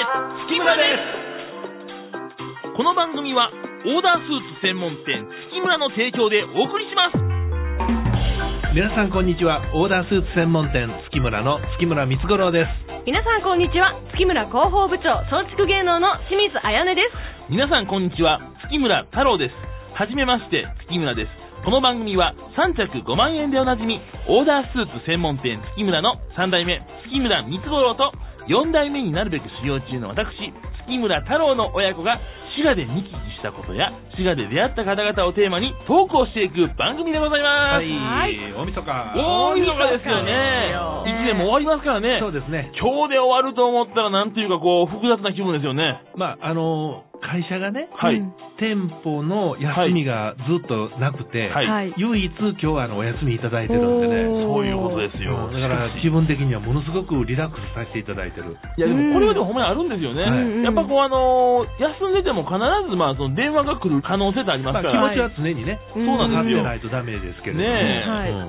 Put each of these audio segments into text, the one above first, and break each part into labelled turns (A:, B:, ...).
A: 村ですこの番組はオーダースーツ専門店月村の提供でお送りします
B: 皆さんこんにちはオーダースーツ専門店月村の月村光五郎です
C: 皆さんこんにちは月村広報部長松竹芸能の清水彩音です
A: 皆さんこんにちは月村太郎ですはじめまして月村ですこの番組は3着5万円でおなじみオーダースーツ専門店月村の3代目月村光五郎と4代目になるべく修行中の私月村太郎の親子が滋賀で見聞きしたことや滋賀で出会った方々をテーマにトークをしていく番組でございます、
C: はい
B: 大晦日
A: 大晦日ですよね
C: 大晦日
A: 一
C: ですよ
A: 年も終わりますからね
B: そうですね
A: 今日で終わると思ったらなんていうかこう複雑な気分ですよね
B: まああのー会社がね、
A: はい、
C: うん
B: 店舗の休みがずっとなくて、
A: はい
B: 唯一今日はあのお休みいただいてるんでね
C: お
A: そう
C: ー
A: いうことですよ
B: うんだから気分的にはものすごくリラックスさせていただいてる
A: いやでもこれはでもほんまにあるんですよね、
B: はい
A: やっぱこうあのー休んでても必ずまあその電話が来る可能性ってありま
B: まあ
A: す
B: 気
A: から、
B: 持ちは常にね、
C: そう
A: な
B: 分か
A: ん
B: っ
A: です
B: て
A: よ
B: ないとダメですけれども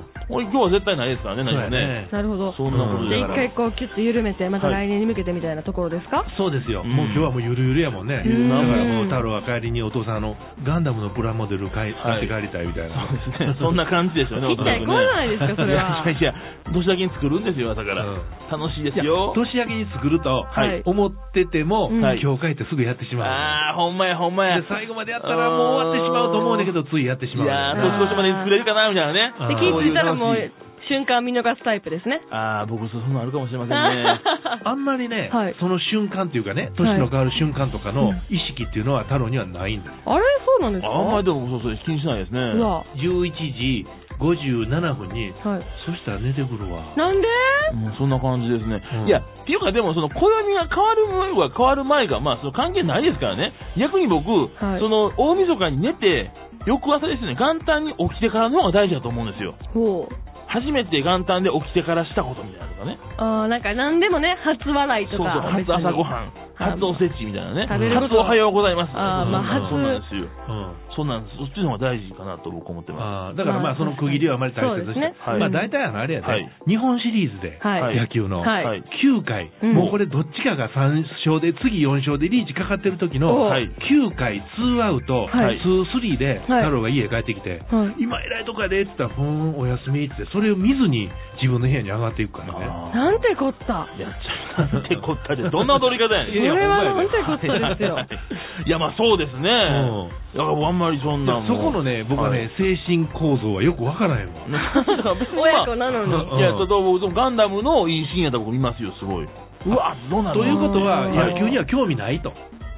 A: ねえ
B: う
C: はい
B: ん
A: これ今日は絶対ないですからね何もね
C: なるほど
A: そんなこと
C: で
A: だ
C: 一
A: から、
C: 回こうキュッと緩めてまた来年に向けてみたいなところですか、
B: そうですよ、
A: うん
B: もう今日はもうゆるゆるやもんね、だか
C: ゆるゆる
B: らもう太郎は帰りにお父さん、あのガンダムのプラモデル買い
A: は
B: 買っ
A: い
B: て帰りたいみたいな、
A: そうですねそんな感じでしょうねお
C: 一
A: そらく
C: 体
A: ね
C: こうじゃないですかそれ は
A: いやいや年だけに作るんですよだから、
B: うん
A: 楽しいで
B: いや
A: すよ
B: 年明けに作ると
C: はい
B: 思ってても、
C: はい
B: 今日帰ってすぐやってしまう、
A: ああほんまやほんまや
B: で最後までやったらもう終わってしまうと思うんだけど、ついやってしまう、
A: いやー、
C: あー
A: 年越しまでに作れるかなみたいなね。
B: あー
C: で気づいたらも
A: そ
C: う
A: ういう楽し
C: 瞬間見逃すタイプですね
A: いあー、僕、そういうのあるかもしれませんね。
B: あんまりね、
C: はい
B: その瞬間っていうかね、年の変わる瞬間とかの意識っていうのは太郎にはないんです。
C: あれそうなんですか
A: あんまりでも、そうそう、気にしないですね。
C: うわ
B: 11時57分に、
C: はい
B: そしたら寝てくるわ。
C: なんで
A: もうそんな感じですね。
B: うん
A: いや、っていうか、でも、その、暦が変わる前は変わる前が、まあ、その関係ないですからね。逆に僕、
C: い
A: その、大晦日に寝て、翌朝ですね、元旦に起きてからの方が大事だと思うんですよ。
C: ほう
A: 初めて元旦で起きてからしたことみたいなのとかね。
C: あーなんか何でもね初笑い
A: そう
C: と
A: そう、
C: か
A: 初朝ごはん、
C: はい
A: 初おせちみたいなね。
C: 食べるこ
A: 初
C: と
A: おはようございます。
C: あ
B: ーまあ
A: うんそうなんですよ。
B: うん
A: そうなんです。そっちの方が大事かなと僕思ってます。
B: あーだからま
C: ま
B: あ
C: あ
B: その区切りはあまり大切にして、
C: そうです
A: ね
B: まあ
A: はい
B: 大体あのあれやで、
A: はい
B: 日本シリーズで、
C: はい
B: 野球の、
C: はい
A: はい
B: 9回、
C: うん
B: もうこれどっちかが3勝で、次4勝でリーチかかってる時の、
C: おう
A: はい
B: 9回、2アウト、
C: はい
B: 2、3で、太郎が家帰ってきて、
C: はい
B: 今偉いとこやでって言ったら、ふーん、おやすみって言って、それを見ずに自分の部屋に上がっていくからね。
A: あ
C: なんてこった
A: ーやっちゃうなんてこったで、どんな踊り方 やねん。
B: いやいや
C: これは
B: ほんま
C: なん
B: や
C: てこったですよ
A: はい いや、まあそうですね。
B: う
A: だからあんまりそん
B: だ
A: な
B: からそこのね、僕はね、、精神構造はよくわからへんわ。
C: 親子
A: な
C: なのに
A: いや、ちょっと僕、ガンダムのいいシーンやったら僕見ますよ、すごい。うわ、どうなる
B: と
A: の
B: いうことは、
C: うん
B: 野球には興味ないと。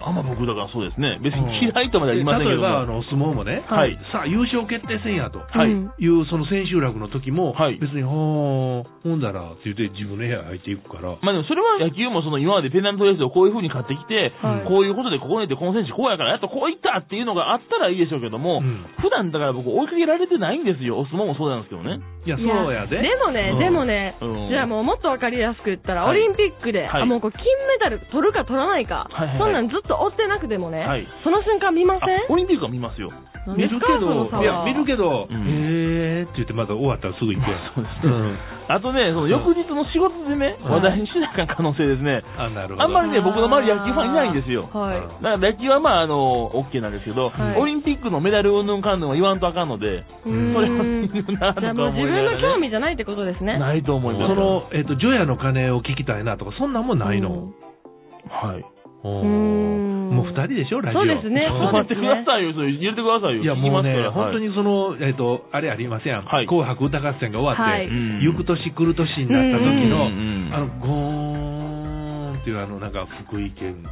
A: あんま僕だからそうですね。別に嫌いとまでは言いませんけ
B: 例え
A: ど
B: ばあ
A: も。
B: のお相撲もね、
A: はい
B: さあ優勝決定戦やと
A: はい
C: うん
B: いうその千秋楽の時も、
A: はい
B: 別にほーほんだらって言って自分の部屋入っていくから、
A: まあでもそれは野球もその今までペナントレースをこういう風に買ってきて、
C: はい
A: こういうことでここにいてこの選手こうやからやっとこういったっていうのがあったらいいでしょうけども、
B: うん
A: 普段だから僕追いかけられてないんですよ。お相撲もそうなんですけどね。
B: いや
C: いや
B: そうやで。
C: もね、
B: うん
C: でもね、
A: うん
C: じゃあもうもっとわかりやすく言ったら、
A: はい
C: オリンピックで、
A: はい
C: あもうこう金メダル取るか取らないか、
A: はいはいはい
C: そんなんずっと追ってなくてもね、
A: はい
C: その瞬間見ません
A: あオリンピックは見ますよ。
C: 何
B: 見
C: です
B: る
C: か
B: け
C: その
B: ど
C: 差は、
B: いや、見るけど、
A: うん
B: へーって言って、また終わったらすぐ行くやん。
A: そうですね
B: うん
A: あとね、その翌日の仕事でね、
B: うん
A: 話題にしなあかん可能性ですね。
B: あ、なるほど。
A: あんまりね、
C: あー
A: 僕の周り野球ファンいないんですよ。
C: はい、
B: うん
A: だから野球はまあ、あの、OK なんですけど、
C: はい
A: オリンピックのメダルうんぬんかんぬんは言わんとあかんので、
C: う
A: それは
C: ーん
A: 見るなと
C: じゃ
A: か
C: あもう
A: 思
C: 自
A: いな
C: 分
A: が
C: の興
A: ら、ね。
C: 味じゃないってことですね。
A: ないと思います。
B: その、えっ、と、ジョヤの鐘を聞きたいなとか、そんなんもんないの。
A: はい。
B: おー
C: うーん
B: もう二人でしょ、ラジオ。
C: そうですね
B: ん
C: そ
A: 待
C: うで
A: っ
C: す
A: てくださいよ、それ入れてくださいよ。
B: いやもうね、
A: 聞きますから
B: 本当。
A: はい
B: にその、えっとあれありますやん、
A: はい
B: 紅白歌合戦が終わって、
C: はい
A: うん
B: 行く年来る年になった時の、
A: うんうんうん
B: あのゴーンっていう、あのなんか福井県、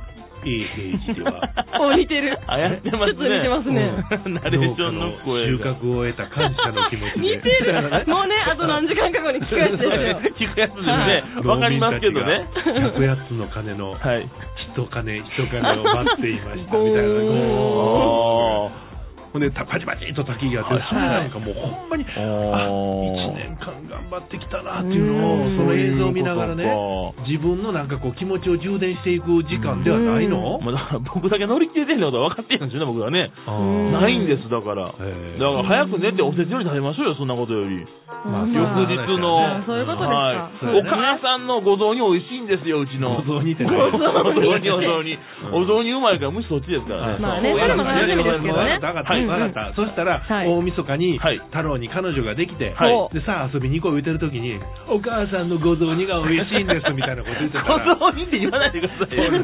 B: いい平地では、
C: お似て
A: 。
C: る
A: あ、やってますね。
C: ちょっと似てますね
A: うんナレーションの声
B: 農家
A: が。
B: の収穫を得た感謝の気持ち
C: 似
B: で、
C: てる。 もうね、あと何時間か後に聞くやつです よ。
A: 聞くやつですね。わかりますけどね。
B: 108つの鐘の、
A: はい。
B: 一鐘一鐘を待っていましたみたいな、
C: ゴー
B: ゴーン
A: あ
B: ほんでたパチパチっと滝があって、
A: はい
B: それなんかもうほんまに、あ
A: おー
B: 1年間頑張ってきたなっていうのを、
C: うん
B: その映像を見ながら
A: そう
B: ね
A: いうこ、
B: 自分のなんかこう気持ちを充電していく時間ではないの、
A: まあ、だから僕だけ乗り切れてんのことは分かってるんですよね、僕はね。
B: あ
C: う
B: ー
A: ないんです、だから。だか
B: へー
A: ら早く寝ておせちより食べましょうよ、そんなことより。
B: まあ
A: 翌日
B: ま
A: の
B: あ、そういうことです
C: か
A: はい、
B: そう
A: お
B: ですね
A: 母さんのご雑煮美味しいんですよ、うちの。
B: お雑煮って
A: お
B: ね
A: 雑煮、お雑煮
B: う。ん
A: お雑煮うまいから、むしろそっちですからね。
C: まあ
B: そ
C: ね
B: う
C: それも楽しみですけど
B: わ
C: ね
B: かった、わかった、わかったそしたら、
C: はい
B: 大晦日に、
A: はい
B: 太郎に彼女ができて、
A: はい
B: でさあ遊びに行こう言ってる時に、お母さんのご雑煮が美味しいんですみたいなこと言ってた ら。
A: お雑煮って言わないでく ださいよ。
B: 来年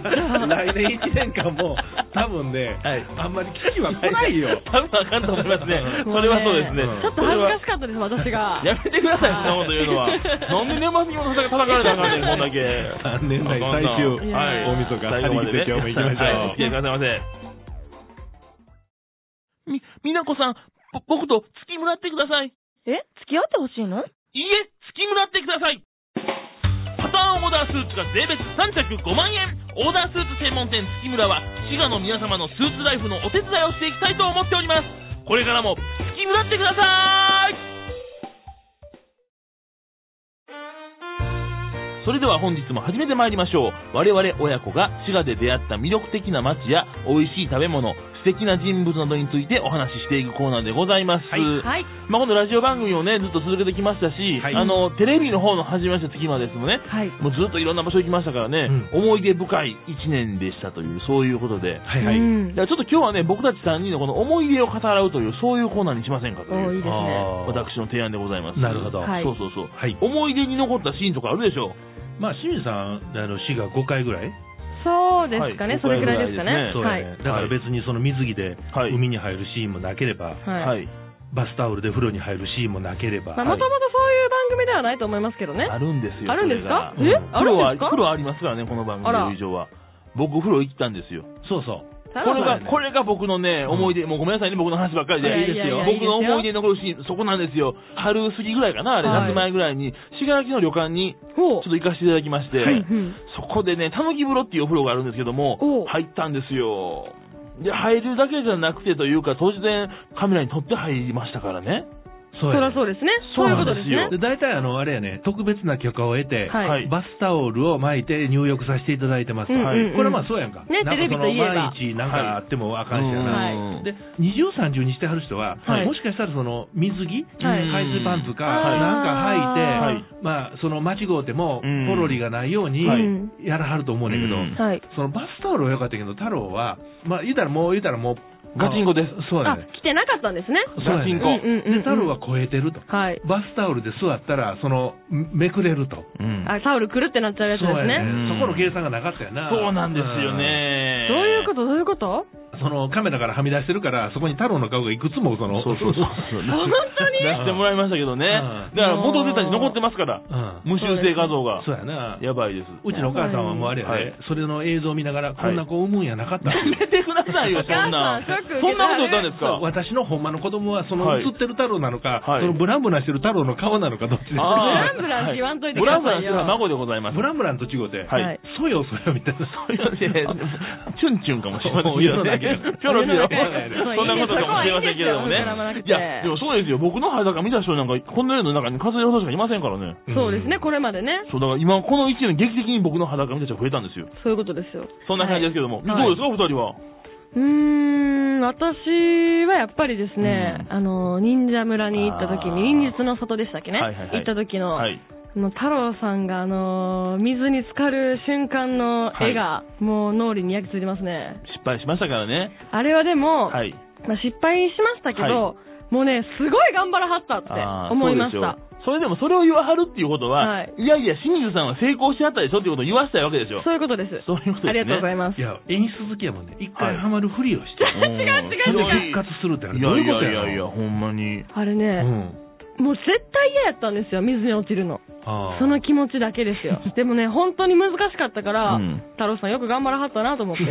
B: 1年間も多分ね、
A: はい
B: あんまり危機は来ない よ。
A: 多分あかんと思いますね。それはそうですね
B: うん。
C: ちょっと恥ずかしかったです、私が。
A: やめてください、そんなこと言うのは。
C: はい
A: なんで年末にこの戦叩かれたらあかんねん、こんだけ。
B: 3年内最終
A: はい
B: 大晦日
A: 最後までね
B: 張り切って今日も行きましょう
A: はい、お付き合いくださいませ。み、みなこさん、ぼ僕と月村ってください。
D: え付き合ってほしいの
A: いいえ、月村ってください。パターンオーダースーツが税別3着5万円。オーダースーツ専門店月村は、滋賀の皆様のスーツライフのお手伝いをしていきたいと思っております。これからも月村ってくださいそれでは本日も始めてまいりましょう。我々親子が滋賀で出会った魅力的な街や美味しい食べ物、素敵な人物などについてお話ししていくコーナーでございます。
B: はい
C: はい。
A: まあ、このラジオ番組をね、ずっと続けてきましたし、
B: はい
A: あの、テレビの方の始めました月までですもんね、
C: はい。
A: もうずっといろんな場所行きましたからね、思い出深い1年でしたという、そういうことで。
B: はいはい。
C: うん
A: だからちょっと今日はね、僕たち3人のこの思い出を語らうという、そういうコーナーにしませんかと
C: おーい
A: い、
C: いうですね。
B: あー
A: 私の提案でございます。
B: なるほど
C: はい
A: そうそうそう。
B: はい。
A: 思い出に残ったシーンとかあるでしょう
B: まあ清水さん、あの市が5回ぐらい、
C: そうですか
A: はい
C: ね、それくらいですかね。
A: そ
B: そうう
C: はい。
B: ね。だから別にその水着で
A: はい
B: 海に入るシーンもなければ、
C: はい。
A: い。
B: バスタオルで風呂に入るシーンもなければ、
C: まあ、もともとそういう番組ではないと思いますけどね。
A: あるんですよ。
C: あるんですか
A: それが
B: え
C: あるんですか
A: 風呂は、風呂はありますからね、この番組の以上は。僕、風呂行ったんですよ。
B: そうそう。
C: 太
A: こ
C: 郎
A: れ
C: さ
A: が
C: ん、
A: これが僕のね、
B: うん
A: 思い出、もうごめんなさいね、僕の話ばっかりで。
C: いやいやいやいや
A: 僕の思い出に残るシーン、そこなんですよ。春過ぎぐらいかな、あれ、
C: はい
A: 夏前ぐらいに、信楽の旅館に、
C: ほ
A: ちょ
C: う
A: っと行かせていただきまして、
C: はいうん
A: そこでね、たぬき風呂っていうお風呂があるんですけども
C: お、
A: 入ったんですよ。で、入るだけじゃなくてというか、当然カメラに撮って入りましたからね。
B: そ
C: そう
B: や
C: りゃそうですね。
A: そ
C: そううい
A: な
C: うんこと
A: で
C: ですす
A: よ
C: ね。
B: で大体あのあれやね、特別な許可を得て、
C: はい
A: い
B: バスタオルを巻いて入浴させていただいてますから、
A: うんうんうん
B: これはまあそうやんか、な
C: ね
B: んか
C: テレビといえば
B: その毎日なんかあってもあかんしやな、
C: はい
A: うん
B: で二重三重にしてはる人は、
A: はい
B: もしかしたらその水着、
A: はい
B: 海水パンツか、
C: はい
B: なんか
A: は
B: 履
A: い
B: いて、まあ、その間違うても、ポ
A: うん
B: ロリがないように
A: はい
B: やらはると思うねんだけど、
A: うん
C: はい。
B: そのバスタオルは良かったけど、太郎は、まあ、言うたらもう、言うたらもう、
A: ガチンコです。
B: そうや
C: あ
B: ね、
C: 来てなかったんですね。
B: そうや
A: ガチン
B: ね
A: コ
C: うんうんうんうん
B: で太郎は超えてると、
C: はい。
B: バスタオルで座ったら、そのめくれると、
A: うん
C: あ、タオルくるってなっちゃうやつ
B: そ
C: で
B: う
C: す
B: や
C: ね。
A: うん
B: ね、そこの計算がなかったよな、
A: そうなんですよね。
C: どういうことどういうこと
B: うん、そのカメラからはみ出してるから、そこに太郎の顔がいくつも、その、
A: そうそうそうそう。
C: 本当に
A: 出してもらいましたけどね。
B: う
A: だから元出たに残ってますから。
B: うん、
A: 無修正画像が。
B: そうやな、
A: やばいです。
B: うちのお母さんはもうあれやね、
A: はい
B: それの映像を見ながら、こんな子産むんやなかった、
A: やめてくださいよ、そんな
C: お母さんショック。受
A: そ
C: けて
A: んな
C: は
A: こと言っ
C: る
A: たんですか
B: 私のほんまの子供は、その
A: はい
B: 映ってる太郎なのか、
A: はい
B: そのブランブランしてる太郎の顔なのか、どっちです
A: あ
B: か、
A: ー
C: ブランブランって言わんといて
A: は
C: くださ
A: ブランブランし
C: いよ
A: てるのは孫でございます。
B: ブランブランと違うて、
A: はい
C: はい
B: そよそよみたいな、
A: そういうねチュンチュンかもしれませんけ
B: 世
A: ど
B: の
A: ね。ピョロ
B: 中 や
A: ピョロ。そんなことかもしれませんけれどもね
C: そこはいいですよ。
A: いや、でもそうですよ。僕の裸見た人なんか、この世の中に数えるほどしかいませんからね。
C: そうですね、これまでね。
A: そう、だから今、この1年、劇的に僕の裸見た人が増えたんですよ。
C: そういうことですよ。
A: そんな感じですけども。ど
B: はいう
A: ですか、お二人は。
C: うーん、私はやっぱりですね、
A: う
C: あの、忍者村に行った時に、
A: あー
C: 忍術の里でしたっけね、
A: はいはいはい
C: 行った時の、
A: はい。
C: あの太郎さんが、あの、水に浸かる瞬間の絵が、もう脳裏に焼き付いてますね。
A: 失敗しましたからね。
C: あれはでも、
A: はい。
C: まあ、失敗しましたけど、もうね、すごい頑張らはったって
A: あー
C: 思いまし
A: そう
C: た
A: で。ょそれでもそれを言わはるっていうことは、
C: はいい、
A: やいや、清水さんは成功しはったでしょっていうことを言わしたいわけでしょ。
C: そういうことです。
A: そういうことですね
C: ありがとうございます
B: い。や、演出好きやもんね、一回ハマるふりをして、
A: 違
C: 違う
B: それを
C: 違
B: 復活するってあれ
A: い
B: ど
A: や
B: うい
A: いう
B: こ
A: や
B: とや
A: いやいや、
B: ろ
A: ほんまに。
C: あれね、
B: うん
C: もう絶対嫌やったんですよ、水に落ちるの。
B: あー
C: その気持ちだけで すよ。でもね、本当に難しかったから、
A: うん
C: 太郎さんよく頑張らはったなと 思って。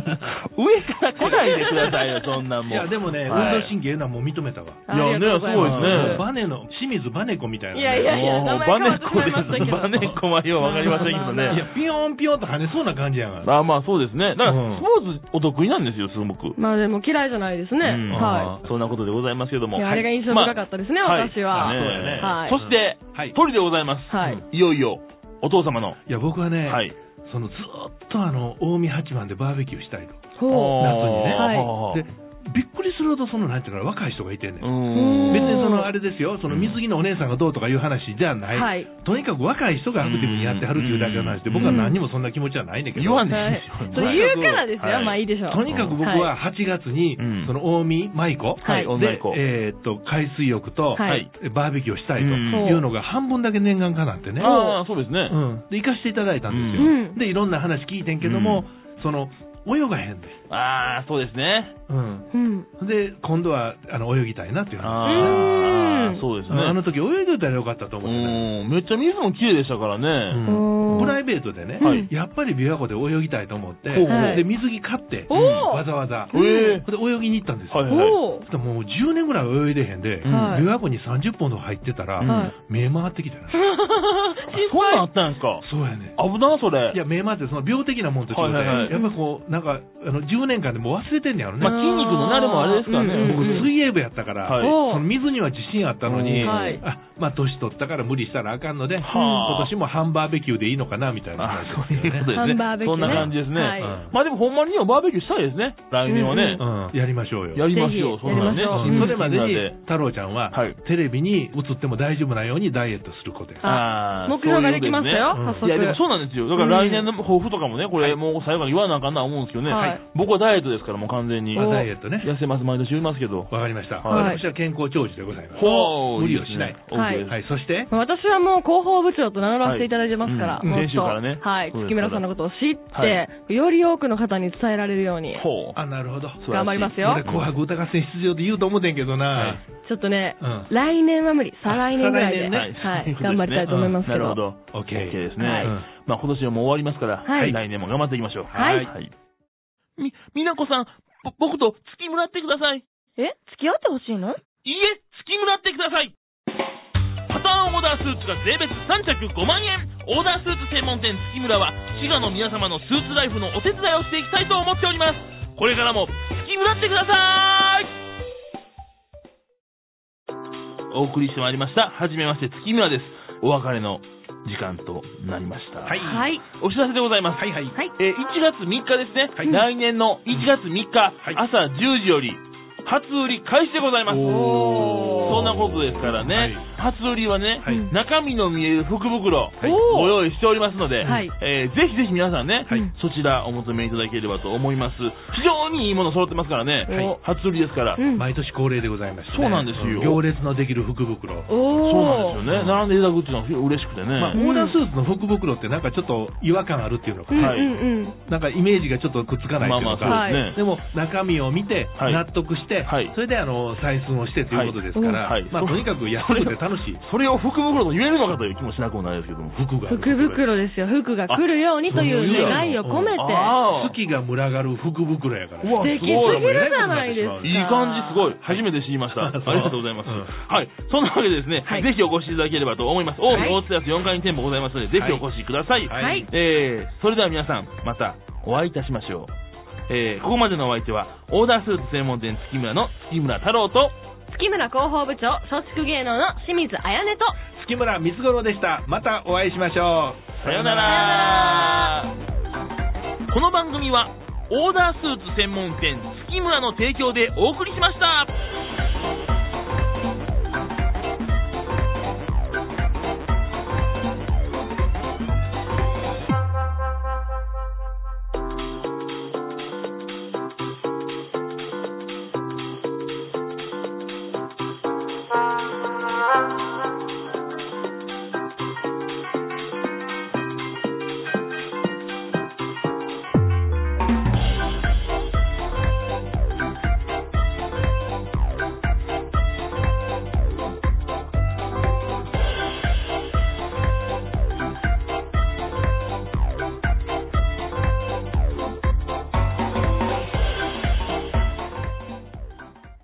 A: 上から来ないでくださいよ、そんなんも。
B: いうやでもね、
A: はい
B: 運動神経いうのはもう認めた
A: い
B: わ、
A: や
C: ありがとうございます
A: ねそうですね
B: バネの清水バネコみたいなね、
C: いやいやいや、
A: も
C: 名
A: う
C: 前
A: バ
C: 変わ
A: ネッ
C: ってし
A: コ
C: ま
A: で
C: い
A: す。バネッコはよ
C: ましたけど。
A: うわかりませんけど
C: まあまあまあまあ
B: い
A: ね。
B: やピヨンピヨンと跳ねそうな感じやん
A: まあまあ、そうですね。だから、
B: うん
A: スポーツお得意なんですよ、すごく。
C: まあでも嫌いじゃないです
A: うん
C: ね。は
A: そんなことでございますけども。
C: いやあれが印象深かったですね
A: まあ
C: 私は
A: はい
B: そうだよね
C: はい
A: そして
B: はい、
A: 鳥でございます。
C: はい
A: いよいよ、お父様の。
B: いや僕はね、
A: はい。
B: そのずーっとあの近江八幡でバーベキューしたいと
C: い。ほ
B: 夏
A: はい
B: にねでびっくりするほどそのなんていうのかな若い人がいてんねん、
A: うん
B: 別にそのあれですよその水着のお姉さんがどうとかいう話じゃ
C: う。
B: ない、
C: はい。
B: とにかく若い人がアクティブにやってはるっていうだけの話で、僕は何にもそんな気持ちはないねんけど、
A: 言わんで
C: はいい
A: い。
C: それ言うからですよ。
A: はい
C: まあいいでしょう。
B: とにかく僕は8月に、
A: うん
B: その近江舞子、
A: はい
B: で
A: 女の子、
B: えーっと海水浴と、
C: はい
A: はい。
B: バーベキューをしたい
A: う
B: と
A: ん
B: いうのが半分だけ念願かなってね、
A: ああ、そうですね
B: う。ん、で行かせていただいたんです
C: う
B: よ、
C: ん。
B: でいろんな話聞いてんけども、その泳がへんで、
A: ああ、そうですね。
B: うん、
C: うん。
B: で今度はあの泳ぎたいなっていう話
A: あ
C: う
A: あ、
C: ん
A: そうです
B: うんあ
A: ね
B: の。時泳いでたらよかったと
A: う
B: 思ってね
A: ん、めっちゃ水も綺麗でしたから
B: う
A: ね。
B: ん
C: おー
B: プライベートでね、
C: はい
B: やっぱり琵琶湖で泳ぎたいと思って、
A: ほう
C: ほう
B: で水着買って、
C: お
B: わ
C: ー
B: ざわざ、
A: ええ
B: で泳ぎに行ったんですよ、
A: はい
C: お
B: そしたらもう10年ぐらい泳いでへんで、
A: うん
C: はい
B: 琵琶湖に30本の入ってたら、
A: うん
C: はい
B: 目回ってきてね、
A: あそんなんあったんですか。
B: そうやね。
A: 危な、それ
B: い。や、目回って、その病的なもんと違って、
A: はいはいはい
B: やっぱりこう、なんか、あの10年間でもう忘れてんねやろね。
A: まあ、筋肉の慣れもあれですから
C: うん
B: 僕
A: ね。、
B: 水泳部やったから、
A: はい
B: その水には自信あったのに、
A: うん
C: はい
B: あ まあ、年取ったから無理したらあかんので、
A: はあ
B: 今年もハンバーベキューでいいのかなみたいな
A: あ
B: 話
A: そういうこと
B: です
A: ですね
B: よね
C: ハンバーベキュ
A: そ
C: ーね
A: んな感じですね、
C: はい
A: うんまあでもほんまにはバーベキューしたいですね来年はね、
B: うんやりましょうよ。
A: やりましょう
C: ぜひ
A: そんなんね
C: やりましょう
A: うん
B: それまで
A: み
B: に
A: んなで
B: 太郎ちゃんは、
A: はい
B: テレビに映っても大丈夫なようにダイエットすることや。
A: あー
C: 目標ができましたよ。
B: そうい
A: そういうことですねいや
B: うこ
C: 早速。
A: でもそうなんですよだから来年の抱負とかもねこれもう最後に言わなあかんな思うんですけどね、
C: はい
A: 僕はダイエットですからもう完全に
B: まあダイエットね。
A: 痩せます毎年言いますけど
B: わかりました。
A: はい
B: 私は健康長寿でございます。
A: ほう
B: 無理をしない。
A: ですね OK です
B: はい、そして、
C: 私はもう広報部長と名乗らせていただいてますから、
A: はいうん
C: もっと
A: 先週からね
C: はい、
A: そうです
C: 月村さんのことを知って、
A: は
C: より多くの方に伝えられるように、
A: ほう
B: あ、なるほど。
A: 素晴らしい
C: 頑張りますよ
B: 俺、。紅白歌合戦出場で言うと思うてんけどな。
C: ちょっとね、
B: うん
C: 来年は無理、再来年ぐらい
B: 再
C: で、
B: 来年ね
C: はい、
A: そうう
C: 頑
A: ことですね
C: 張りたいと思いますけ
A: うんなる
C: ど。
A: ほど
B: OK
A: ですね、
C: はい
B: うん
A: まあ今年はもう終わりますから、
C: はい
A: 来年も頑張っていきましょう
C: はい
A: みみなこさんぼ僕と月村ってください
D: え付き合ってほしいの
A: いいえ、月村ってくださいパターンオーダースーツが税別3着5万円オーダースーツ専門店月村は滋賀の皆様のスーツライフのお手伝いをしていきたいと思っておりますこれからも月村ってくださいお送りしてまいりましたはじめまして月村ですお別れの時間となりました
B: はい
C: はい、
A: お知らせでございます
B: はいはい。
C: はい、
A: えー1月3日ですね、
B: はい
A: 来年の1月3日、
B: い
A: 朝10時より初売り開始でございます
B: おー
A: そんなことですからね、初売りはね、
B: はい
A: 中身の見える福袋、
B: い
A: ご用意しておりますので、
C: はい
A: えーぜひぜひ皆さんね、
C: はい
A: そちらお求めいただければと思います非常にいいもの揃ってますからね、
C: はい
A: 初売りですから、
C: うん、
B: 毎年恒例でございましてね。
A: そうなんですよ
B: 行列のできる福袋。
A: そ
C: お
A: うなんですよね並んで
C: ね。
A: いただくっていうのは嬉しくてね、
B: まあ、オーダースーツの福袋ってなんかちょっと違和感あるっていうのか
C: うん
B: な。
A: はい
C: うんうん、
B: なんかイメージがちょっとくっつかない
A: まあ
B: ってい
A: ま
B: う
A: あ
B: の
A: そ
B: か。
A: うですね、
B: でも中身を見て、
A: はい
B: 納得して、
A: はい
B: それであの採寸をしてということですから、
A: はいはい
B: まあ、とにかく安くて楽しい、
A: それを福袋と言えるのかという気もしなくもないですけども
B: 服があ
C: 福
B: る服
C: 袋ですよ、服が来るようにという願いを込めて、
A: あー
B: 好きが群がる福袋やから、
A: うわ
C: 素敵すぎるじゃないですか。
A: いい感じ、すごい。初めて知りました。あ
B: そう
A: りがとうございます。
B: うん
A: はい。そんなわけでですね、
C: はい
A: ぜひお越しいただければと思います。大津大津安4階に店舗ございますので、ぜひお越しください。
B: はい
C: はい
A: えー、それでは皆さん、またお会いいたしましょう。えー、ここまでのお相手は、オーダースーツ専門店月村の月村太郎と、
C: 月村広報部長、松竹芸能の清水彩音と、
B: 月村光五郎でしたまたお会いしましょう
A: さよなら。この番組は、オーダースーツ専門店月村の提供でお送りしました。